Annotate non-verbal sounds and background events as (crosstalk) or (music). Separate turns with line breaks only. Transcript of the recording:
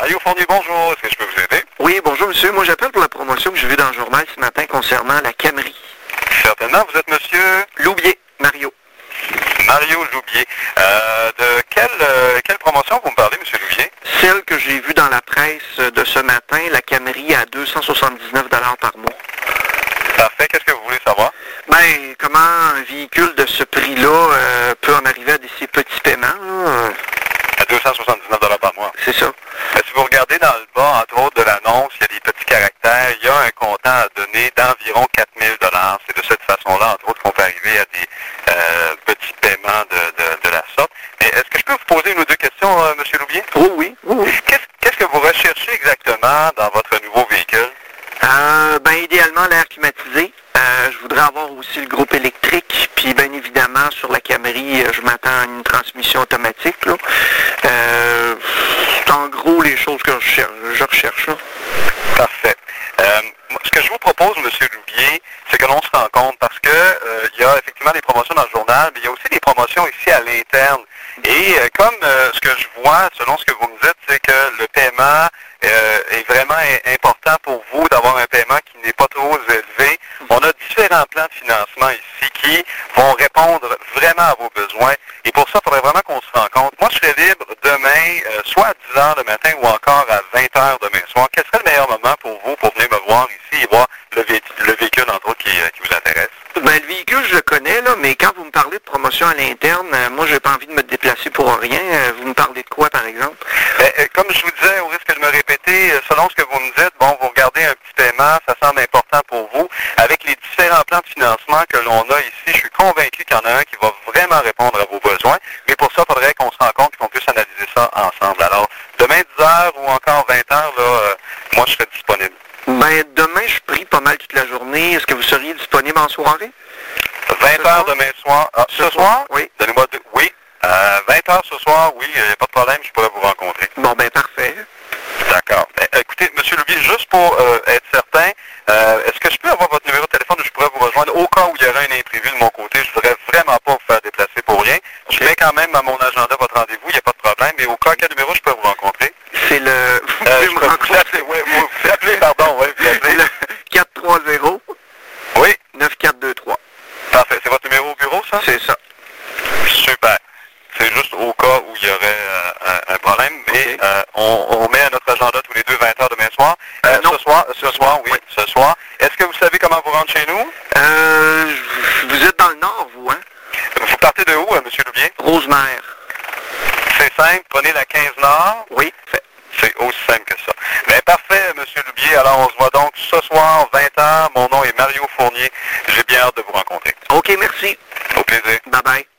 Radio Fendu, bonjour, est-ce que je peux vous aider
Oui, bonjour monsieur. Moi j'appelle pour la promotion que j'ai vue dans le journal ce matin concernant la Camry.
Certainement, vous êtes monsieur
Loubier, Mario.
Mario Loubier. Euh, de quelle, euh, quelle promotion vous me parlez, monsieur Loubier
Celle que j'ai vue dans la presse de ce matin, la Camry à 279 par mois.
Parfait, qu'est-ce que vous voulez savoir
Ben, comment un véhicule de ce prix-là euh, peut en arriver à des si petits paiements là? Euh,
À 279 par mois.
C'est ça.
Euh, Si vous regardez dans le bas, entre autres, de l'annonce, il y a des petits caractères, il y a un comptant à donner d'environ 4000 dollars. C'est de cette façon-là, entre autres, qu'on peut arriver à des euh, petits paiements de, de- de la sorte. Mais est-ce que je peux vous poser une ou deux questions, euh, monsieur Loubier
Oh oui, oui, oui.
Qu'est-ce qu'est-ce que vous recherchez exactement dans votre nouveau véhicule
Euh, ben, idéalement, l'air climatisé. Euh, je voudrais avoir aussi le groupe électrique. Puis, bien évidemment, sur la Camry, euh, je m'attends à une transmission automatique. Là. Euh, c'est en gros les choses que je cherche. Je recherche là.
Parfait. Euh, moi, ce que je vous propose, M. Loubier, c'est que l'on se rencontre parce que euh, il y a effectivement des promotions dans le journal, mais il y a aussi des promotions ici à l'interne. Et euh, comme euh, ce que je vois, selon ce que vous me dites, c'est que le paiement euh, est vraiment i- important pour vous d'avoir un paiement qui n'est pas trop élevé. On a différents plans de financement ici qui vont répondre vraiment à vos besoins. Et pour ça, il faudrait vraiment qu'on se rencontre. Moi, je serai libre demain, euh, soit à 10 h le matin ou encore à 20 h demain soir. Quel serait le meilleur moment pour vous pour venir me voir ici et voir le, vé- le véhicule, entre autres, qui, euh, qui vous intéresse?
Ben, le véhicule, je le connais, là, mais quand vous me parlez de promotion à l'interne, euh, moi, j'ai pas envie de me déplacer pour rien. Euh, vous me parlez de quoi, par exemple?
Ben, euh, comme je vous disais, au risque de me répéter, euh, selon ce que vous me dites, bon, vous regardez un petit paiement, ça semble important pour vous. Avec les différents plans de financement que l'on a ici, je suis convaincu qu'il y en a un qui va vraiment répondre à vos besoins. Mais pour ça, il faudrait qu'on se rencontre et qu'on puisse analyser ça ensemble. Alors, demain 10h ou encore 20h, là, euh, moi, je serai disponible.
Ben, demain, je prie pas mal toute la journée. Est-ce que vous seriez disponible en soirée?
20h demain soir. Ah, ce soir?
Oui.
Donnez-moi deux. Oui. 20h ce soir, oui, euh, pas de problème, je pourrais vous rencontrer.
Bon, ben, parfait.
D'accord. Ben, écoutez, Monsieur Loubier, juste pour euh, être certain, euh, est-ce que je peux avoir votre numéro de téléphone où je pourrais vous rejoindre au cas où il y aurait un imprévu de mon côté? Je voudrais vraiment pas vous faire déplacer pour rien. Je mets quand même à mon agenda votre rendez-vous, il n'y a pas de problème, mais au cas quel numéro je peux vous rencontrer?
C'est le... Vous
Euh,
pouvez
je
me
peux vous
rencontrer.
appeler, oui, vous, vous appelez, pardon, oui, vous appelez.
(laughs) Le 430
Oui,
9423.
parfait. C'est votre numéro au bureau, ça?
C'est ça.
Super. C'est juste au cas où il y aurait euh, un- un problème, mais
Ok.
euh, on, on met à notre agenda tous les deux 20 heures demain soir.
Euh,
Euh,
non.
ce soir, ce soir, oui, ce soir. Est-ce que vous savez comment vous rendre chez nous?
Euh, je- vous êtes dans le nord, vous, hein?
Vous partez de où, hein, M. Loubier?
Rosemère.
C'est simple, prenez la 15 Nord.
Oui. Fait-
C'est aussi simple que ça. Ben, parfait, M. Loubier. Alors, on se voit donc ce soir, 20h. Mon nom est Mario Fournier. J'ai bien hâte de vous rencontrer.
OK, merci.
Au plaisir.
Bye-bye.